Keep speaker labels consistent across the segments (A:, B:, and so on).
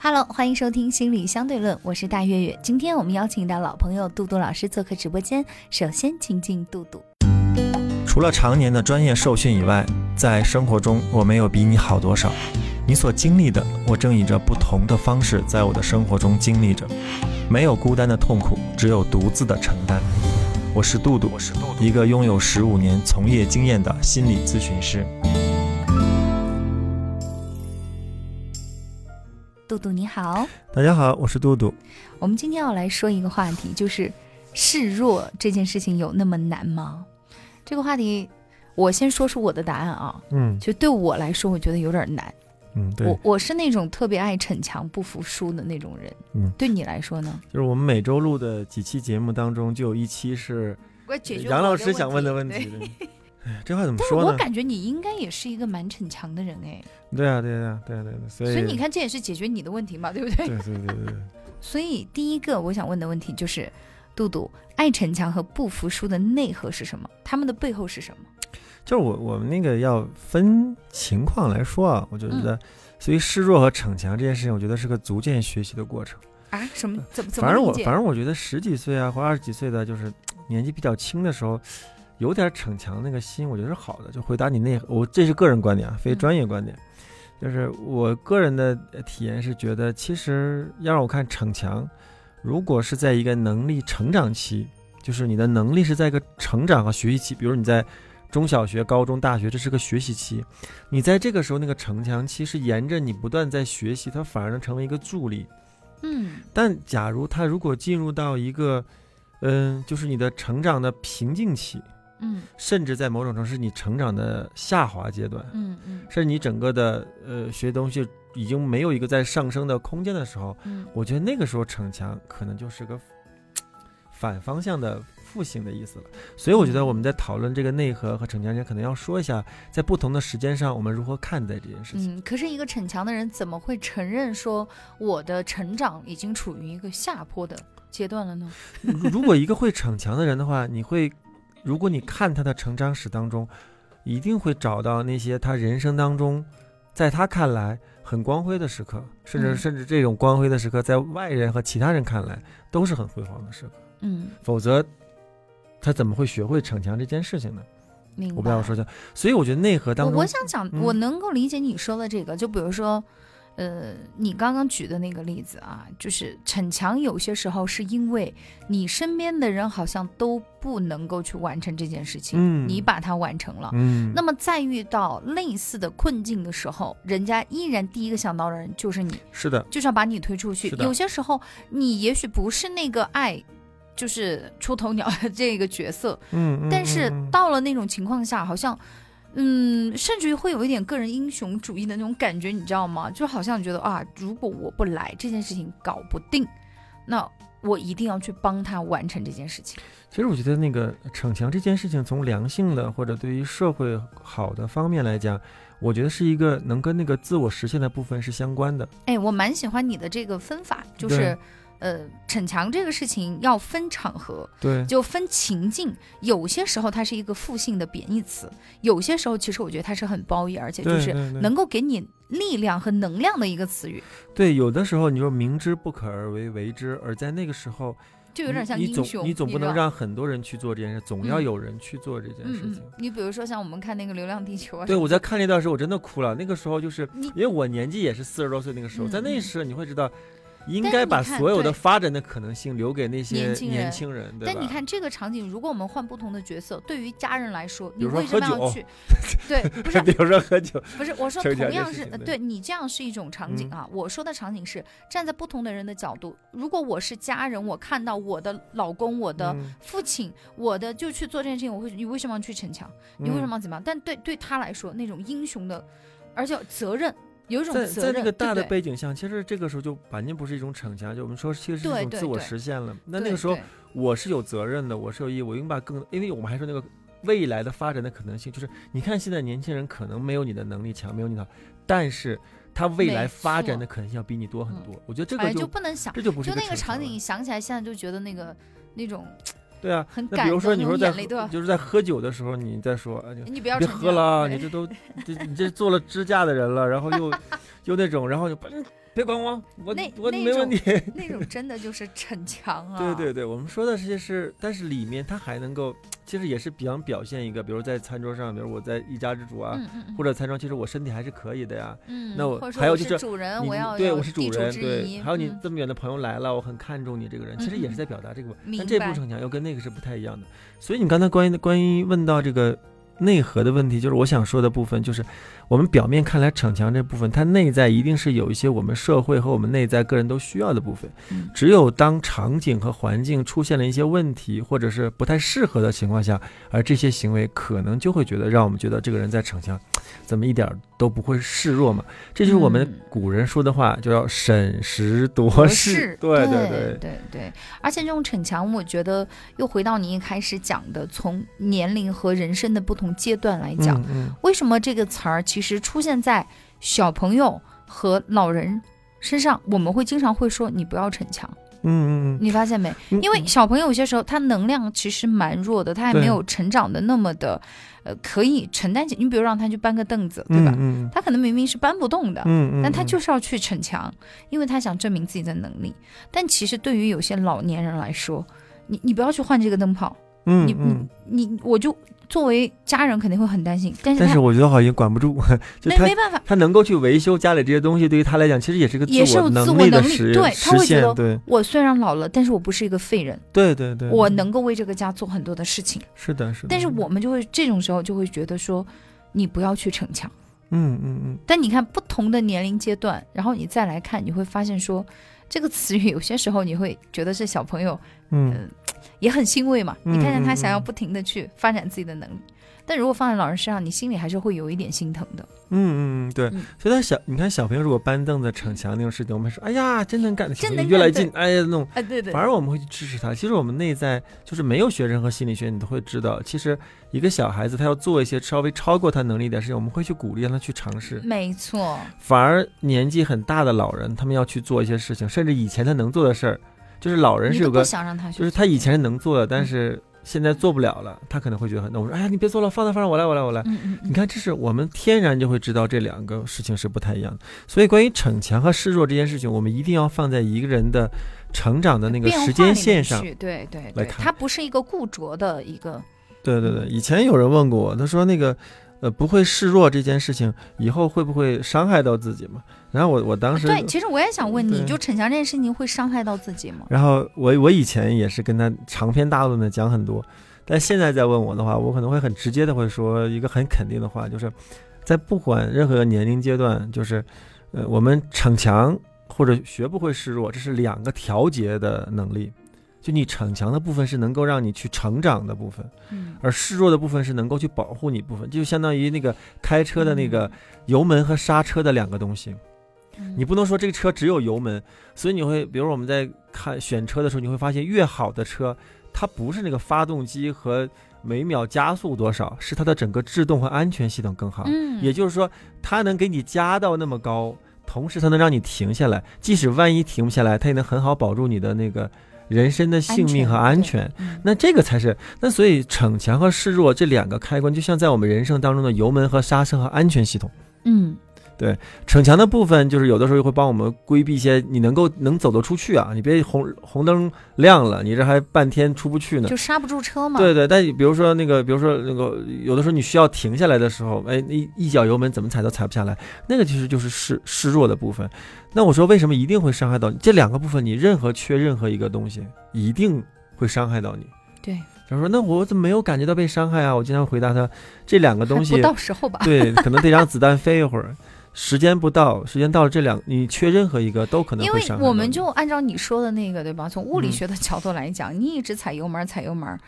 A: Hello，欢迎收听《心理相对论》，我是大月月。今天我们邀请到老朋友杜杜老师做客直播间。首先，请进杜杜。
B: 除了常年的专业受训以外，在生活中我没有比你好多少。你所经历的，我正以着不同的方式在我的生活中经历着。没有孤单的痛苦，只有独自的承担。我是杜杜，一个拥有十五年从业经验的心理咨询师。
A: 杜杜你好，
B: 大家好，我是杜杜。
A: 我们今天要来说一个话题，就是示弱这件事情有那么难吗？这个话题，我先说出我的答案啊。
B: 嗯
A: 就对我来说，我觉得有点难。
B: 嗯，对，
A: 我我是那种特别爱逞强不服输的那种人。
B: 嗯，
A: 对你来说呢？
B: 就是我们每周录的几期节目当中，就有一期是
C: 我解决
B: 杨
C: 我
B: 老师想问的问
C: 对
B: 题。对哎，这话怎么
A: 但是
B: 说
A: 我
B: 呢？
A: 感觉你应该也是一个蛮逞强的人哎，
B: 对啊，对啊，对啊，对啊，所以
A: 所以你，看这也是解决你的问题嘛，对不对？
B: 对对对对对。
A: 所以第一个我想问的问题就是，杜杜爱逞强和不服输的内核是什么？他们的背后是什么？
B: 就是我我们那个要分情况来说啊，我就觉得，所以示弱和逞强这件事情，我觉得是个逐渐学习的过程。
A: 啊？什么？怎么怎么
B: 嗯反正我
A: 理解？
B: 反正我觉得十几岁啊或二十几岁的，就是年纪比较轻的时候，有点逞强那个心，我觉得是好的。就回答你那我这是个人观点啊，非
A: 嗯
B: 专业观点。就是我个人的呃体验是觉得，其实要让我看逞强，如果是在一个能力成长期，就是你的能力是在一个成长和学习期，比如你在中小学、高中、大学，这是个学习期，你在这个时候那个逞强期是沿着你不断在学习，它反而能成为一个助力。
A: 嗯
B: 但假如他如果进入到一个，嗯、就是你的成长的瓶颈期，
A: 嗯
B: 甚至在某种程度是你成长的下滑阶段，
A: 嗯嗯
B: 甚至你整个的呃学东西已经没有一个在上升的空间的时候，
A: 嗯，
B: 我觉得那个时候逞强可能就是个反方向的负性的意思了。所以我觉得我们在讨论这个内核和逞强之间，可能要说一下，在不同的时间上，我们如何看待这件事情。
A: 嗯，可是一个逞强的人怎么会承认说我的成长已经处于一个下坡的阶段了呢？
B: 如如果一个会逞强的人的话，你会，如果你看他的成长史当中，一定会找到那些他人生当中，在他看来很光辉的时刻，甚至
A: 嗯
B: 甚至这种光辉的时刻，在外人和其他人看来都是很辉煌的时刻。
A: 嗯，
B: 否则，他怎么会学会逞强这件事情呢？
A: 明白。
B: 我不想说。的，所以我觉得内核
A: 嗯
B: 当
A: 我
B: 中，
A: 我想讲，
B: 嗯
A: 我能够理解你说的这个，就比如说，呃，你刚刚举的那个例子啊，就是逞强，有些时候是因为你身边的人好像都不能够去完成这件事情，
B: 嗯
A: 你把它完成了。
B: 嗯，
A: 那么，在遇到类似的困境的时候，人家依然第一个想到的人就是你。
B: 是的，
A: 就是要把你推出去
B: 是。的
A: 有些时候，你也许不是那个爱，就是出头鸟的这个角色，
B: 嗯，嗯
A: 但是
B: 嗯嗯
A: 到了那种情况下，好像，嗯，甚至于会有一点个人英雄主义的那种感觉，你知道吗？就好像觉得啊，如果我不来，这件事情搞不定，那我一定要去帮他完成这件事情。
B: 其实我觉得那个逞强这件事情，从良性的或者对于社会好的方面来讲，我觉得是一个能跟那个自我实现的部分是相关的。
A: 哎，我蛮喜欢你的这个分法，就
B: 对
A: 是。呃，逞强这个事情要分场合，
B: 对，
A: 就分情境，有些时候它是一个负性的贬义词，有些时候其实我觉得它是很褒义，而且就
B: 对
A: 是
B: 对对
A: 能够给你力量和能量的一个词语，
B: 对，有的时候你说明知不可而为为之，而在那个时候，
A: 就有点
B: 你
A: 像
B: 你
A: 英
B: 总
A: 雄。
B: 你总不
A: 知
B: 能
A: 道
B: 让很多人去做这件事，总要
A: 嗯
B: 有人去做这件
A: 嗯
B: 事情。
A: 嗯，你比如说像我们看那个《流浪地球》啊，
B: 对，我在看那段时候，我真的哭了。那个时候就是
A: 你
B: 因为我年纪也是四十多岁那个时候，在
A: 嗯
B: 那
A: 嗯
B: 时你会知道，应
A: 但是
B: 该
A: 你
B: 把
A: 看
B: 所有
A: 对
B: 的发展的可能性留给那些
A: 年轻人
B: 年轻人，对吧？
A: 但你看这个场景，如果我们换不同的角色，对于家人来说，你
B: 如说
A: 为什么
B: 喝
A: 要
B: 酒
A: 去？对，不是
B: 比如说喝酒，
A: 不是，我说
B: 成
A: 同
B: 年
A: 样
B: 这
A: 是
B: 事情
A: 呃
B: 对嗯
A: 对你这样是一种场景啊。我说的场景是站在不同的人的角度，如果我是家人，我看到我的老公、我的
B: 嗯
A: 父亲，我的就去做这件事情，我会你为什么要去逞强？你为什
B: 嗯
A: 么要怎么样？但对对他来说，那种英雄的，而且责任，有一种
B: 在
A: 责
B: 在
A: 任，
B: 那个大的
A: 对不对
B: 背景下，其实这个时候就完全不是一种逞强，就我们说其实是
A: 对
B: 一种
A: 对
B: 自我
A: 对
B: 实现了。那那
A: 对
B: 个时候
A: 对
B: 我是有责任的，我是有义务，我应该把更，因为我们还说那个未来的发展的可能性，就是你看现在年轻人可能没有你的能力强，没有你的好，但是他未来
A: 没
B: 发展
A: 错
B: 的可能性要比你多很多。我觉得这
A: 哎
B: 个
A: 就
B: 就
A: 不能想，
B: 这就不是
A: 就
B: 一
A: 那个
B: 逞强
A: 场
B: 了
A: 景，想起来现在就觉得那个那种
B: 对啊。
A: 很
B: 那
A: 感
B: 比
A: 动，
B: 如说你
A: 那
B: 说
A: 种
B: 在
A: 眼泪都要
B: 喝，就是在喝酒的时候，你再说，哎，就
A: 你不要
B: 别
A: 逞
B: 喝
A: 强
B: 了啊，
A: 对
B: 你这都这你这做了支架的人了，然后又又那种，然后就 嗯别管我，我
A: 那
B: 我
A: 那
B: 没
A: 种
B: 问题。
A: 哎那种真的就是逞强啊。
B: 对对对，我们说的这些是，但是里面它还能够，其实也是比方表现一个，比如在餐桌上，比如我在一家之主啊，
A: 嗯嗯嗯，
B: 或者餐桌，其实我身体还是可以的呀。
A: 嗯，
B: 那我
A: 或者说
B: 还有
A: 我
B: 就是
A: 是主人，
B: 你
A: 我要
B: 对
A: 有
B: 我是
A: 地
B: 主
A: 主
B: 人，
A: 之
B: 对，
A: 谊
B: 还有你
A: 嗯
B: 这么远的朋友来了，我很看重你这个人，其实也是在表达这个吧。
A: 嗯嗯
B: 但这
A: 明
B: 部
A: 白
B: 逞强又跟那个是不太一样的。所以你刚才关于关于问到这个内核的问题，就是我想说的部分，就是我们表面看来逞强这部分，它内在一定是有一些我们社会和我们内在个人都需要的部分。
A: 嗯
B: 只有当场景和环境出现了一些问题，或者是不太适合的情况下，而这些行为可能就会觉得让我们觉得这个人在逞强，怎么一点儿都不会示弱嘛？这就是我们
A: 嗯
B: 古人说的话，就要审时度
A: 合
B: 势
A: 适。
B: 对对
A: 对对对而且这种逞强，我觉得又回到你一开始讲的，从年龄和人生的不同阶段来讲，
B: 嗯嗯，
A: 为什么这个词儿其实出现在小朋友和老人身上？我们会经常会说你不要逞强，
B: 嗯嗯
A: 你发现没？
B: 嗯，
A: 因为小朋友有些时候他能量其实蛮弱的，他还
B: 对
A: 没有成长的那么的，呃，可以承担起。你比如让他去搬个凳子，对
B: 嗯
A: 吧？
B: 嗯
A: 他可能明明是搬不动的，
B: 嗯嗯，
A: 但他就是要去逞强，因为他想证明自己的能力。但其实对于有些老年人来说，你你不要去换这个灯泡，
B: 嗯
A: 你
B: 嗯。
A: 你你，我就作为家人肯定会很担心，但是
B: 但
A: 他
B: 是我觉得好像也管不住， 就
A: 没
B: 他
A: 没办法，
B: 他能够去维修家里这些东西，对于他来讲，其实也是个
A: 也是有自
B: 能
A: 我
B: 力的
A: 能力
B: 实
A: 对他
B: 实
A: 会觉
B: 现
A: 得，
B: 对
A: 我虽然老了，但是我不是一个废人，
B: 对对对，
A: 我能够为这个家做很多的事情。
B: 是的是的，
A: 但是我们就会这种时候就会觉得说，你不要去逞强。
B: 嗯嗯嗯，
A: 但你看不同的年龄阶段，然后你再来看，你会发现说，这个词语有些时候你会觉得是小朋友
B: 嗯，
A: 也很欣慰嘛，
B: 嗯
A: 你看见他
B: 嗯
A: 想要
B: 嗯
A: 不停的去发展自己的能力。但如果放在老人身上，你心里还是会有一点心疼的。
B: 嗯嗯嗯，对，
A: 嗯
B: 所以他小，你看小朋友如果搬凳子逞强那种事情，我们还说，哎呀，真能干，
A: 真能
B: 越
A: 干
B: 来越
A: 对
B: 近，哎呀，那种，
A: 哎，对对
B: 反而我们会去支持他。其实我们内在就是没有学任何心理学，你都会知道，其实一个小孩子他要做一些稍微超过他能力的事情，我们会去鼓励让他去尝试。
A: 没错，
B: 反而年纪很大的老人，他们要去做一些事情，甚至以前他能做的事儿，就是老人
A: 你
B: 是有
A: 都
B: 个
A: 不，想让他去嗯
B: 就是他以前是能做的，但是现在做不了了，他可能会觉得很，那我说，哎呀，你别做了，放那放那，我来，我来，我来。
A: 嗯嗯
B: 你
A: 嗯，
B: 看，这是我们天然就会知道这两个事情是不太一样的。所以，关于逞强和示弱这件事情，我们一定要放在一个人的成长的那个
A: 变化
B: 时间
A: 里
B: 线
A: 面
B: 上。
A: 去，对对
B: 来
A: 对，
B: 看
A: 它不是一个固着的一个，
B: 对对对，
A: 嗯
B: 以前有人问过我，他说那个，呃，不会示弱这件事情，以后会不会伤害到自己嘛？然后我我当时，
A: 啊对，其实我也想问你，
B: 对
A: 就逞强这件事情会伤害到自己吗？
B: 然后我我以前也是跟他长篇大论的讲很多，但现在再问我的话，我可能会很直接的会说一个很肯定的话，就是在不管任何年龄阶段，就是呃，我们逞强或者学不会示弱，这是两个调节的能力。就你逞强的部分是能够让你去成长的部分，
A: 嗯，
B: 而示弱的部分是能够去保护你部分，就相当于那个开车的那个油门和刹车的两个东西。
A: 嗯，
B: 你不能说这个车只有油门，所以你会，比如我们在看选车的时候，你会发现越好的车，它不是那个发动机和每秒加速多少，是它的整个制动和安全系统更好。
A: 嗯，
B: 也就是说，它能给你加到那么高，同时它能让你停下来，即使万一停不下来，它也能很好保住你的那个人身的性命和安
A: 安
B: 全
A: 全。嗯
B: 那这个才是那，所以逞强和示弱这两个开关，就像在我们人生当中的油门和刹车和安全系统。
A: 嗯，
B: 逞强的部分就是有的时候会帮我们规避一些你能够能走得出去啊，你别红红灯亮了，你这还半天出不去呢。
A: 就刹不住车嘛，
B: 对对，但比如说那个，比如说那个，有的时候你需要停下来的时候，哎，一一脚油门怎么踩都踩不下来，那个其实就是示示弱的部分。那我说为什么一定会伤害到你？这两个部分你任何缺任何一个东西，一定会伤害到你。
A: 对，
B: 他说那我怎么没有感觉到被伤害啊？我经常回答他，这两个东西
A: 不到时候 吧，
B: 对，可能得让子弹飞一会儿，时间不到，时间到了，这两你缺任何一个都可能
A: 因
B: 会
A: 为
B: 伤害
A: 我
B: 到
A: 们
B: 你
A: 就按照你说的那个，对吧？从物
B: 嗯
A: 理学的角度来讲，你一直踩油门儿，踩油门儿，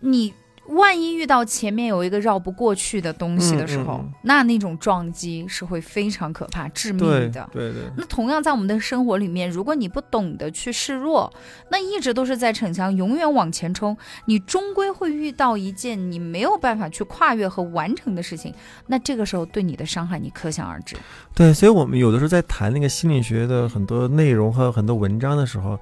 A: 你万一遇到前面有一个绕不过去的东西的时候，
B: 嗯嗯嗯
A: 那那种撞击是会非常可怕、致
B: 对
A: 命的。
B: 对对，
A: 那同样在我们的生活里面，如果你不懂得去示弱，那一直都是在逞强，永远往前冲，你终归会遇到一件你没有办法去跨越和完成的事情。那这个时候对你的伤害，你可想而知。
B: 对，所以我们有的时候在谈那个心理学的很多内容和很多文章的时候，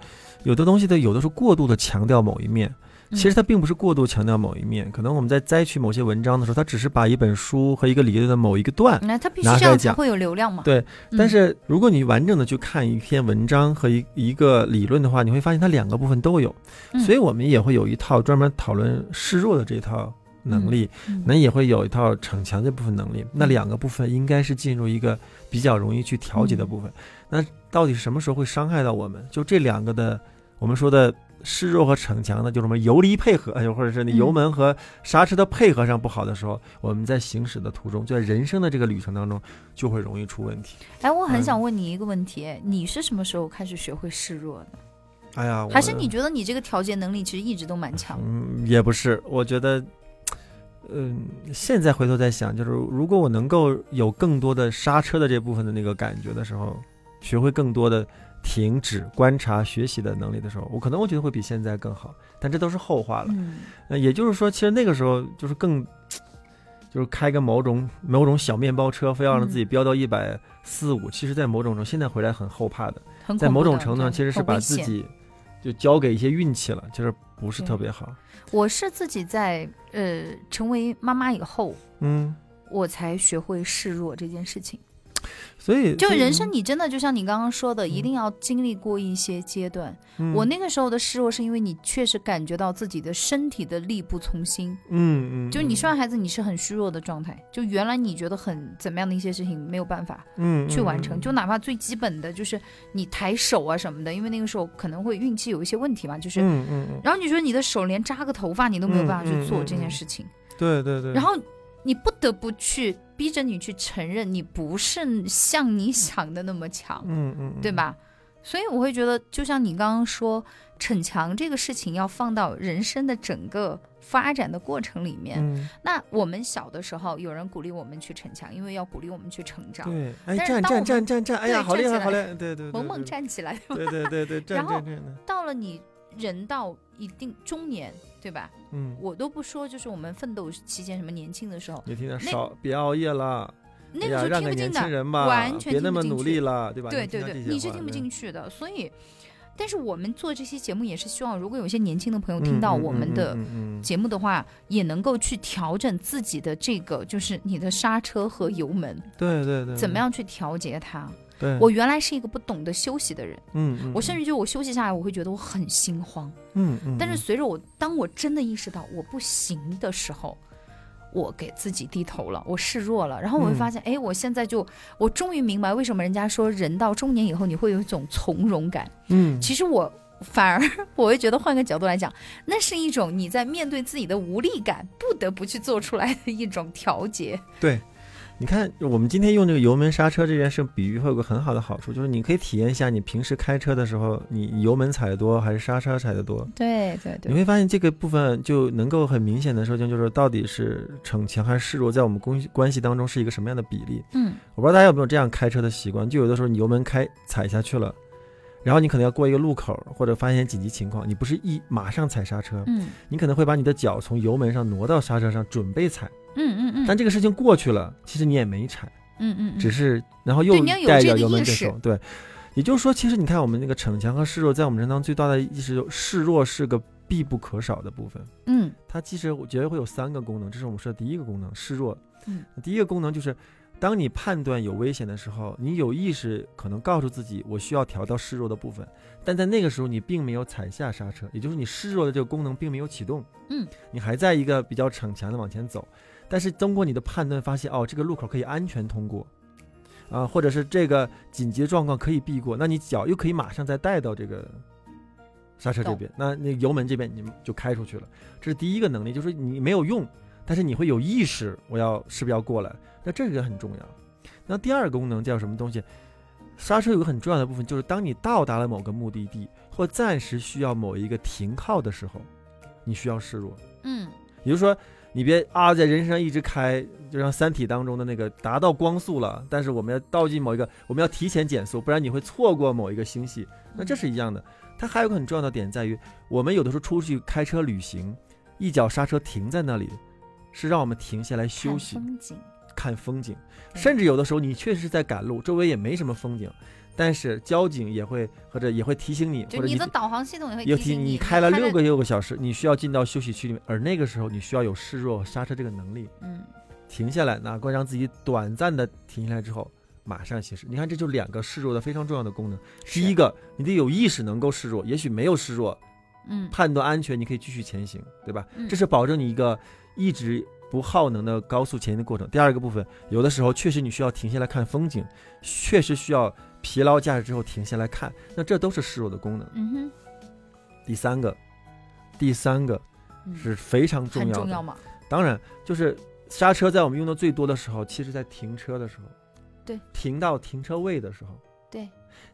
B: 有的东西的有的时候过度的强调某一面，
A: 嗯
B: 其实它并不是过度强调某一面，可能我们在摘取某些文章的时候，它只是把一本书和一个理论的某一个段。
A: 嗯那他必须
B: 拿
A: 这
B: 出来
A: 样才
B: 讲
A: 会有流量嘛？
B: 对
A: 嗯，
B: 但是如果你完整的去看一篇文章和一一个理论的话，你会发现它两个部分都有，
A: 嗯
B: 所以我们也会有一套专门讨论示弱的这套能力，
A: 嗯
B: 那也会有一套逞强这部分能力，那两个部分应该是进入一个比较容易去调节的部分。
A: 嗯
B: 那到底什么时候会伤害到我们？就这两个的，我们说的示弱和逞强呢，就什么游离配合，哎呦，或者是你
A: 嗯
B: 油门和刹车的配合上不好的时候，我们在行驶的途中，就在人生的这个旅程当中，就会容易出问题。
A: 哎，我很
B: 嗯
A: 想问你一个问题，你是什么时候开始学会示弱的？
B: 哎呀，我
A: 还是你觉得你这个调节能力其实一直都蛮强的？
B: 嗯，也不是，我觉得，嗯、现在回头再想，就是如果我能够有更多的刹车的这部分的那个感觉的时候，学会更多的停止、观察、学习的能力的时候，我可能我觉得会比现在更好，但这都是后话了。
A: 嗯，
B: 那、也就是说，其实那个时候就是更，就是开个某种某种小面包车，非要让
A: 嗯
B: 自己飙到一百四五，其实，在某种程度，现在回来很后怕的。
A: 很
B: 在
A: 恐
B: 某
A: 怖
B: 种
A: 的
B: 程度上，
A: 对
B: 其实是
A: 很
B: 把
A: 危
B: 自
A: 险
B: 己就交给一些运气了，其实不是
A: 对
B: 特别好。
A: 我是自己在呃成为妈妈以后，
B: 嗯，
A: 我才学会示弱这件事情。
B: 所以
A: 就
B: 所以
A: 人生，你真的就像你刚刚说的，一
B: 嗯
A: 定要经历过一些阶段。
B: 嗯
A: 我那个时候的示弱，是因为你确实感觉到自己的身体的力不从心。
B: 嗯嗯，
A: 就你
B: 嗯
A: 生完孩子，你是很虚弱的状态。就原来你觉得很怎么样的一些事情没有办法
B: 嗯嗯
A: 去完成，
B: 嗯
A: 就哪怕最基本的就是你抬手啊什么的，因为那个时候可能会运气有一些问题嘛，就是。
B: 嗯嗯嗯，
A: 然后你说你的手连扎个头发你都没有办法
B: 嗯嗯
A: 去做
B: 嗯
A: 这
B: 嗯
A: 件事情，
B: 对对对。
A: 然后你不得不去逼着你去承认，你不是像你想的那么强，
B: 嗯嗯，嗯
A: 对？吧？所以我会觉得，就像你刚刚说，逞强这个事情要放到人生的整个发展的过程里面。
B: 嗯，
A: 那我们小的时候，有人鼓励我们去逞强，因为要鼓励我们去成长，
B: 对，哎，
A: 但是
B: 站
A: 当我
B: 站
A: 们
B: 站站站，哎呀，
A: 对
B: 好
A: 站
B: 厉
A: 起
B: 害，
A: 来
B: 好厉害，对对对，
A: 猛猛
B: 对，
A: 站起来。
B: 对对对对，站
A: 然后
B: 站站的，
A: 到了你人到一定中年，对吧？
B: 嗯，
A: 我都不说，就是我们奋斗期间什么年轻的时候，
B: 你听着，
A: 那
B: 少别熬夜了，
A: 那
B: 哎
A: 个
B: 呀
A: 时候
B: 让
A: 听
B: 给
A: 不
B: 年
A: 进
B: 轻
A: 的，
B: 人吧，
A: 完全
B: 别
A: 听
B: 那
A: 不
B: 么
A: 进
B: 努
A: 去
B: 力了，对吧？
A: 对
B: 你
A: 对
B: 听到
A: 对，
B: 这些
A: 你是
B: 话
A: 听不
B: 对
A: 进去的。所以，但是我们做这期节目也是希望，如果有一些年轻的朋友听
B: 嗯
A: 到
B: 嗯
A: 我
B: 嗯
A: 们
B: 嗯
A: 的
B: 嗯嗯
A: 节目的话，也能够去调整自己的这个，就是你的刹车和油门
B: 对对对，
A: 怎么？样去调节它。
B: 对，
A: 我原来是一个不懂得休息的人，
B: 嗯，嗯
A: 我甚至就我休息下来，我会觉得我很心慌。
B: 嗯嗯，
A: 但是
B: 嗯
A: 随着我，当我真的意识到我不行的时候，我给自己低头了，我示弱了，然后我会
B: 嗯
A: 发现，哎、我现在就，我终于明白为什么人家说人到中年以后你会有一种从容感。
B: 嗯，
A: 其实我反而 我会觉得，换个角度来讲，那是一种你在面对自己的无力感，不得不去做出来的一种调节。
B: 对，你看，我们今天用这个油门刹车这件事比喻，会有个很好的好处，就是你可以体验一下你平时开车的时候，你油门踩得多还是刹车踩得多。
A: 对对
B: 你，会发现这个部分就能够很明显的说清，就是到底是逞强还是示弱，在我们关关系当中是一个什么样的比例。
A: 嗯，
B: 我不知道大家有没有这样开车的习惯，就有的时候你油门开踩下去了，然后你可能要过一个路口或者发现紧急情况，你不是一马上踩刹车，
A: 嗯
B: 你可能会把你的脚从油门上挪到刹车上准备踩，
A: 嗯嗯
B: 但这个事情过去了，其实你也没踩。
A: 嗯嗯
B: 只是然后又
A: 对你要有
B: 带
A: 这
B: 着
A: 个
B: 油门
A: 意
B: 对
A: 识
B: 手，对。也就是说，其实你看我们那个逞强和示弱，在我们人当中最大的意识就是示弱是个必不可少的部分。
A: 嗯
B: 它其实我觉得会有三个功能，这是我们说的第一个功能，示弱。
A: 嗯，
B: 第一个功能就是，当你判断有危险的时候，你有意识可能告诉自己，我需要调到示弱的部分，但在那个时候你并没有踩下刹车，也就是你示弱的这个功能并没有启动。
A: 嗯，
B: 你还在一个比较逞强的往前走，但是通过你的判断发现，哦，这个路口可以安全通过。啊，或者是这个紧急状况可以避过，那你脚又可以马上再带到这个刹车这
A: 懂
B: 边，那那油门这边你就开出去了。这是第一个能力，就是你没有用，但是你会有意识，我要是不是要过来？那这个很重要。那第二个功能叫什么东西？刹车有个很重要的部分，就是当你到达了某个目的地或暂时需要某一个停靠的时候，你需要示弱。
A: 嗯
B: 也就是说，你别啊在人身上一直开，就像《三体》当中的那个达到光速了，但是我们要倒进某一个，我们要提前减速，不然你会错过某一个星系。那这是一样的。它还有个很重要的点在于，我们有的时候出去开车旅行，一脚刹车停在那里，是让我们停下来休
A: 嗯
D: 看
B: 息、
D: 风景，
B: 看风景，
D: 对
B: 甚至有的时候你确实是在赶路，周围也没什么风景，但是交警也会或者也会提醒你，
A: 就
B: 或者
A: 你
B: 你
A: 的导航系统也会
B: 也
A: 提醒
B: 你
A: 你
B: 开了六个六个小时，你需要进到休息区里面，而那个时候你需要有示弱刹车这个能力，
A: 嗯，
B: 停下来，哪怕让自己短暂的停下来之后。马上行驶，你看这就两个示弱的非常重要的功能。第一个，你得有意识能够示弱，也许没有示弱，
A: 嗯，
B: 判断安全，你可以继续前行，对吧？
A: 嗯
B: 这是保证你一个一直不耗能的高速前进的过程。第二个部分，有的时候确实你需要停下来看风景，确实需要疲劳驾驶之后停下来看，那这都是示弱的功能。
A: 嗯哼
B: 第三个，第三个
A: 嗯
B: 是非常重
A: 很
B: 要的，
A: 重要嘛？
B: 当然就是刹车在我们用的最多的时候，其实在停车的时候，
A: 对，
B: 停到停车位的时候。
A: 对，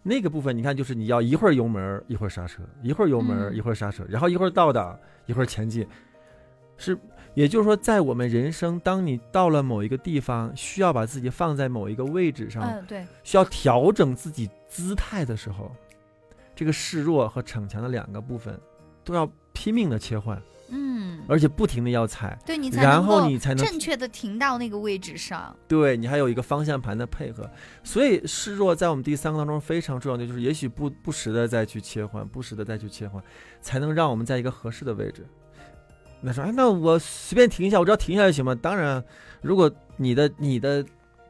B: 那个部分你看，就是你要一会儿油门儿，一会儿刹车，一会儿油门儿，
A: 嗯
B: 一会儿刹车，然后一会儿倒档，一会儿前进，是，也就是说，在我们人生，当你到了某一个地方，需要把自己放在某一个位置上，
A: 嗯，对，
B: 需要调整自己姿态的时候，这个示弱和逞强的两个部分都要拼命的切换，
A: 嗯，
B: 而且不停的要踩，
A: 对你才
B: 然
A: 能
B: 后
A: 够
B: 你才能
A: 正确的停到那个位置上。
B: 对你还有一个方向盘的配合，所以示弱在我们第三个当中非常重要的就是，也许不不时的再去切换，不时的再去切换，才能让我们在一个合适的位置。那说，哎，那我随便停一下，我只要停一下就行吗？当然，如果你的你的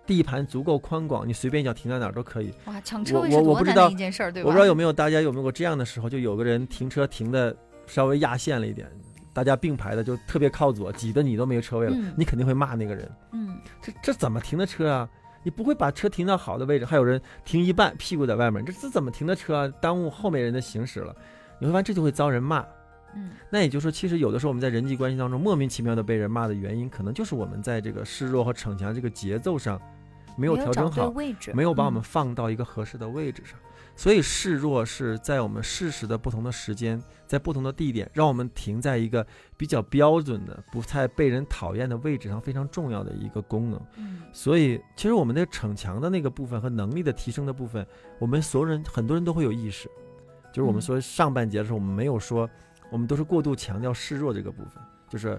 B: 地盘足够宽广，你随便一脚停在哪儿都可以。
A: 哇，抢车
B: 我
A: 位
B: 我
A: 是
B: 我
A: 多
B: 不知
A: 难的
B: 道
A: 一件事儿，对吧？
B: 我不知道有没有大家有没有过这样的时候，就有个人停车停的稍微压线了一点，大家并排的就特别靠左，挤得你都没有车位了，
A: 嗯
B: 你肯定会骂那个人。
A: 嗯，
B: 这这怎么停的车啊？你不会把车停到好的位置，还有人停一半，屁股在外面，这这怎么停的车啊？耽误后面人的行驶了。你会发现这就会遭人骂。
A: 嗯，
B: 那也就是说，其实有的时候我们在人际关系当中莫名其妙的被人骂的原因，可能就是我们在这个示弱和逞强这个节奏上
D: 没
B: 没有调整
D: 找对
B: 好，
D: 位置，
B: 没有把我
D: 嗯
B: 们放到一个合适的位置上。所以示弱是在我们适时的不同的时间，在不同的地点，让我们停在一个比较标准的、不太被人讨厌的位置上，非常重要的一个功能。
A: 嗯，
B: 所以，其实我们的逞强的那个部分和能力的提升的部分，我们所有人很多人都会有意识。就是我们
A: 嗯
B: 说上半节的时候，我们没有说，我们都是过度强调示弱这个部分，就是，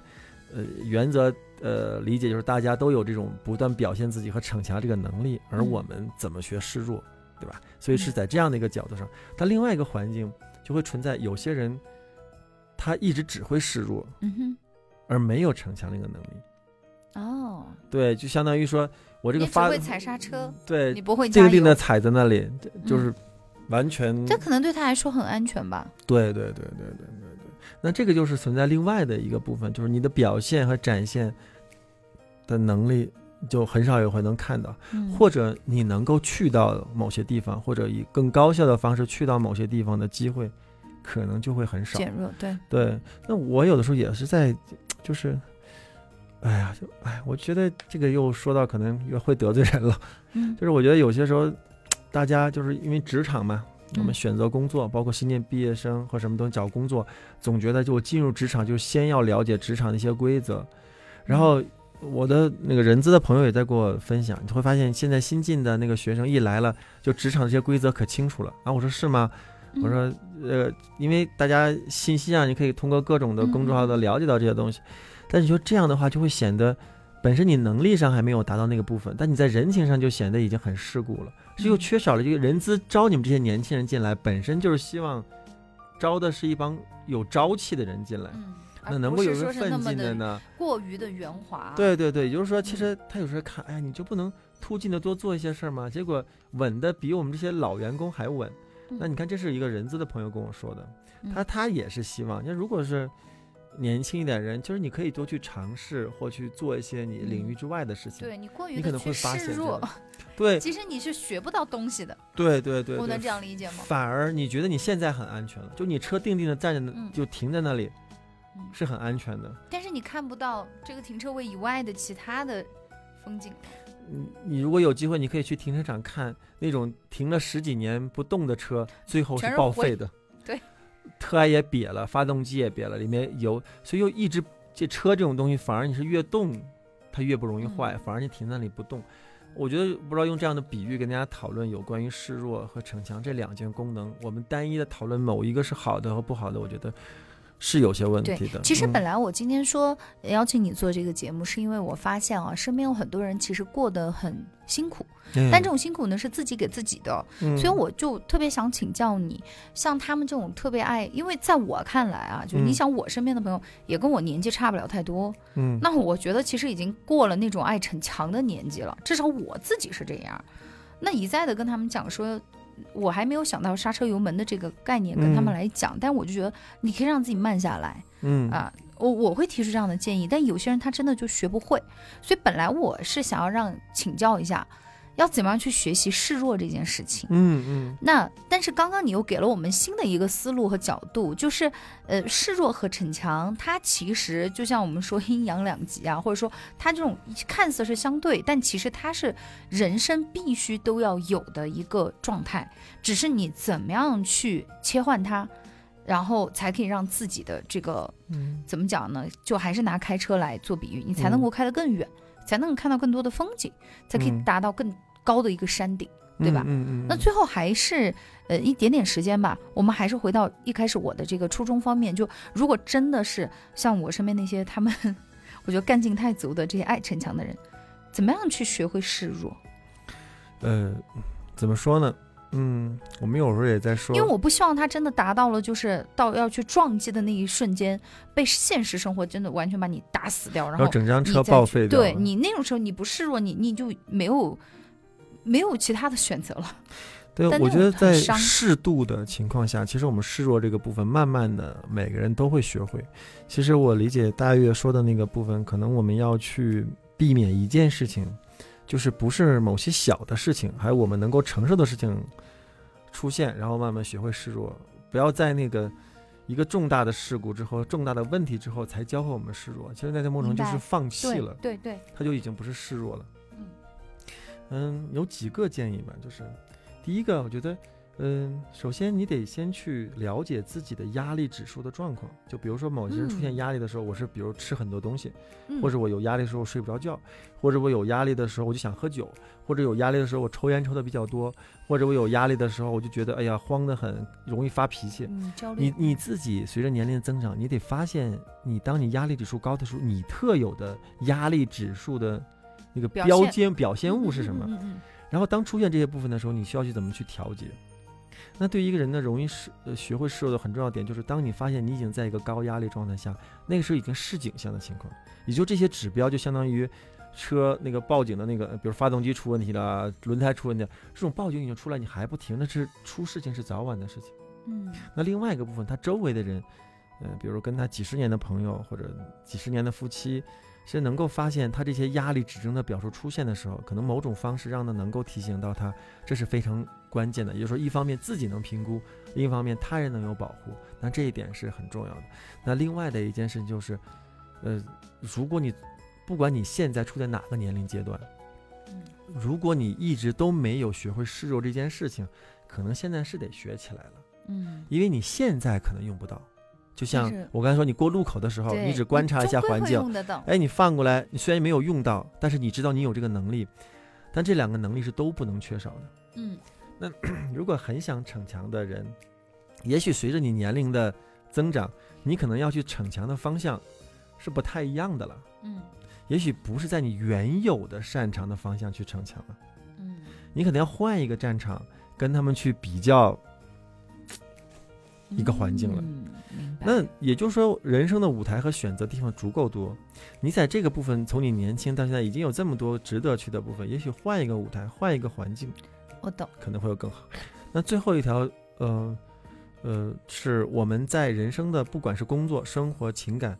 B: 呃，原则呃理解就是大家都有这种不断表现自己和逞强这个能力，而
A: 嗯
B: 我们怎么学示弱，对吧？所以是在这样的一个角度上，但另外一个环境就会存在有些人，他一直只会示弱，
A: 嗯
B: 而没有逞强这个能力。
A: 哼，哦，
B: 对，就相当于说我这个
A: 你只
B: 发呃
A: 会踩刹车，
B: 对
A: 你不会加
B: 定
A: 油。
B: 定的踩在那里，这就
A: 嗯
B: 是完全、
A: 这可能对他来说很安全吧？
B: 对对对对对对对。那这个就是存在另外的一个部分，就是你的表现和展现的能力就很少有会能看到，
A: 嗯，
B: 或者你能够去到某些地方，或者以更高效的方式去到某些地方的机会，可能就会很少。
A: 减弱，对，
B: 对，那我有的时候也是在，就是，哎呀，就哎，我觉得这个又说到可能又会得罪人了。
A: 嗯
B: 就是我觉得有些时候，大家就是因为职场嘛，我们
A: 嗯
B: 选择工作，包括新进毕业生或什么东西找工作，总觉得就我进入职场就先要了解职场的一些规则。
A: 嗯
B: 然后我的那个人资的朋友也在给我分享，你会发现现在新进的那个学生一来了，就职场这些规则可清楚了啊。我说是吗？我说，
A: 嗯
B: 呃，因为大家信息啊，你可以通过各种的公
A: 嗯
B: 众号的了解到这些东西，但你说这样的话，就会显得本身你能力上还没有达到那个部分，但你在人情上就显得已经很世故了，这又
A: 嗯
B: 缺少了这个人资招你们这些年轻人进来，本身就是希望招的是一帮有朝气的人进来，
A: 嗯，
B: 那
A: 而
B: 能
A: 不
B: 够
A: 是
B: 有一
A: 说
B: 个
A: 是
B: 奋
A: 那么
B: 进的
A: 的啊嗯
B: 呢？
A: 过于的圆滑，，
B: 对对对，也就是说，其实他有时候看，哎呀，你就不能突进的多做一些事儿吗？结果稳的比我们这些老员工还稳。那你看，这是一个人资的朋友跟我说的，他
A: 嗯
B: 他也是希望，那如果是年轻一点人，就是你可以多去尝试或去做一些你领域
A: 嗯
B: 之外的事情。
A: 对你过于
B: 你
A: 的
B: 可能
A: 去
B: 会发
A: 示
B: 现这
A: 弱，
B: 个对
A: 其实你是学不到东西的，
B: 对对对
A: 我能
B: 对
A: 这样理解吗？
B: 反而你觉得你现在很安全了，就你车定定的站着那，
A: 嗯
B: 就停在那里
A: 嗯，
B: 是很安全的。
A: 但是你看不到这个停车位以外的其他的风景，
B: 你嗯你如果有机会，你可以去停车场看那种停了十几年不动的车，最后
A: 全
B: 是
A: 是
B: 报
A: 灰
B: 废的。
A: 对，
B: 特埃也瘪了，发动机也瘪了，里面油，所以又一直这车这种东西，反而你是越动，它越不容易坏，
E: 嗯
B: 反而你停在那里不动。我觉得不知道用这样的比喻跟大家讨论有关于示弱和逞强这两件功能，我们单一的讨论某一个是好的和不好的，我觉得是有些问
E: 对
B: 题的。
A: 其实
B: 嗯
A: 本来我今天说呃邀请你做这个节目，是因为我发现啊，身边有很多人其实过得很辛苦，但这种辛苦呢是自己给自己的，哦
B: 嗯
A: 所以我就特别想请教你，像他们这种特别爱，因为在我看来啊，就是你
B: 嗯
A: 想我身边的朋友也跟我年纪差不了太多，
B: 嗯，
A: 那我觉得其实已经过了那种爱逞强的年纪了，至少我自己是这样。那一再的跟他们讲说，我还没有想到刹车油门的这个概念跟他们
B: 嗯
A: 来讲，但我就觉得你可以让自己慢下来。
B: 嗯
A: 啊，我我会提出这样的建议，但有些人他真的就学不会，所以本来我是想要让请教一下，要怎么样去学习示弱这件事情。
B: 嗯嗯
A: 那但是刚刚你又给了我们新的一个思路和角度，就是呃示弱和逞强，它其实就像我们说 阴阳两极啊，或者说它这种看似是相对，但其实它是人生必须都要有的一个状态，只是你怎么样去切换它，然后才可以让自己的这个
B: 嗯
A: 怎么讲呢？就还是拿开车来做比喻，你才能
B: 嗯
A: 够开得更远，才能看到更多的风景，才可以
B: 嗯
A: 达到更高的一个山顶。对吧
B: 嗯嗯，
A: 那最后还是呃一点点时间吧，我们还是回到一开始我的这个初衷方面，就如果真的是像我身边那些他们， 我觉得干劲太足的这些爱逞强的人，怎么样去学会示弱？
B: 呃，怎么说呢？嗯，我们有时候也在说，
A: 因为我不希望他真的达到了，就是到要去撞击的那一瞬间，被现实生活真的完全把你打死掉，然
B: 然
A: 后
B: 后整张
A: 你
B: 车
A: 再
B: 报
A: 去
B: 废掉了，
A: 对你那种时候你不示弱，你你就没有没有其他的选择了。
B: 对，
A: 但
B: 我
A: 那
B: 觉
A: 种
B: 得
A: 很
B: 在
A: 伤
B: 适度的情况下，其实我们示弱这个部分，慢慢的每个人都会学会。其实我理解大月说的那个部分，可能我们要去避免一件事情，就是不是某些小的事情，还有我们能够承受的事情出现，然后慢慢学会示弱，不要在那个一个重大的事故之后、重大的问题之后才教会我们示弱。其实，在这某种
A: 明
B: 程度就
A: 白
B: 是放弃
A: 对
B: 了。
A: 对对，
B: 他就已经不是示弱了。
A: 嗯
B: 嗯有几个建议吧，就是第一个，我觉得，嗯，首先你得先去了解自己的压力指数的状况。就比如说某些人出现
A: 嗯
B: 压力的时候，我是比如吃很多东西，
A: 嗯
B: 或者我有压力的时候我睡不着觉，或者我有压力的时候我就想喝酒，或者有压力的时候我抽烟抽的比较多，或者我有压力的时候我就觉得哎呀慌得很，容易发脾气。
A: 嗯焦虑
B: 你你自己随着年龄的增长，你得发现，你当你压力指数高的时候，你特有的压力指数的那个
E: 表
B: 标
E: 现
B: 签表现物是什么。
A: 嗯嗯嗯嗯
B: 然后当出现这些部分的时候，你需要去怎么去调节。那对于一个人呢，容易是呃学会示弱的很重要点，就是当你发现你已经在一个高压力状态下，那个时候已经是警象的情况，也就这些指标就相当于车那个报警的那个，呃比如发动机出问题了，轮胎出问题了，这种报警已经出来，你还不停，那是出事情是早晚的事情。
A: 嗯
B: 那另外一个部分，他周围的人，呃，比如说跟他几十年的朋友或者几十年的夫妻，是能够发现他这些压力指征的表述出现的时候，可能某种方式让他能够提醒到他，这是非常关键的。也就是说，一方面自己能评估，另一方面他人能有保护，那这一点是很重要的。那另外的一件事情就是，呃，如果你不管你现在处在哪个年龄阶段，
A: 嗯
B: 如果你一直都没有学会示弱这件事情，可能现在是得学起来了。
A: 嗯，
B: 因为你现在可能用不到。就像
A: 是
B: 我刚才说，你过路口的时候，
A: 对
B: 你只观察一下
A: 终归
B: 环
A: 会
B: 境，
A: 用得到
B: 哎，你放过来，你虽然没有用到，但是你知道你有这个能力，但这两个能力是都不能缺少的。
A: 嗯
B: 如果很想逞强的人，也许随着你年龄的增长，你可能要去逞强的方向是不太一样的了，
A: 嗯
B: 也许不是在你原有的擅长的方向去逞强了。
A: 嗯，
B: 你可能要换一个战场，跟他们去比较。一个环境了
A: 嗯明白
B: 那也就是说，人生的舞台和选择地方足够多。你在这个部分，从你年轻到现在，已经有这么多值得去的部分。也许换一个舞台，换一个环境，
A: 我懂，
B: 可能会有更好。那最后一条，呃，呃，是我们在人生的，不管是工作、生活、情感，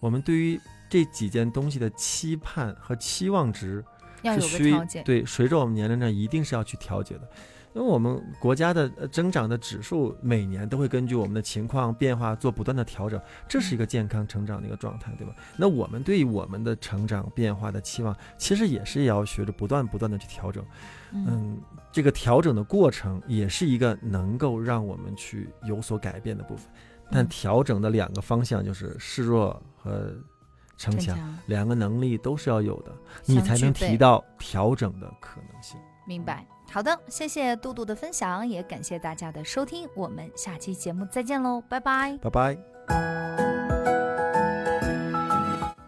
B: 我们对于这几件东西的期盼和期望值，
A: 要
B: 是
A: 有个
B: 随
A: 条件，
B: 对，随着我们年龄呢，一定是要去调节的。因为我们国家的呃增长的指数每年都会根据我们的情况变化做不断的调整，这
A: 嗯
B: 是一个健康成长的一个状态，对吧？那我们对我们的成长变化的期望，其实也是也要学着不断不断的去调整。
A: 嗯
B: 嗯，这个调整的过程也是一个能够让我们去有所改变的部分。但
A: 嗯
B: 调整的两个方向就是示弱和城
F: 城
B: 墙，
F: 墙，
B: 两个能力都是要有的，
F: 相
B: 你才
F: 具
B: 能
F: 备
B: 提到调整的可能性。
F: 明白。
A: 好的，谢谢杜杜的分享，也感谢大家的收听，我们下期节目再见喽，拜拜。
B: 拜拜。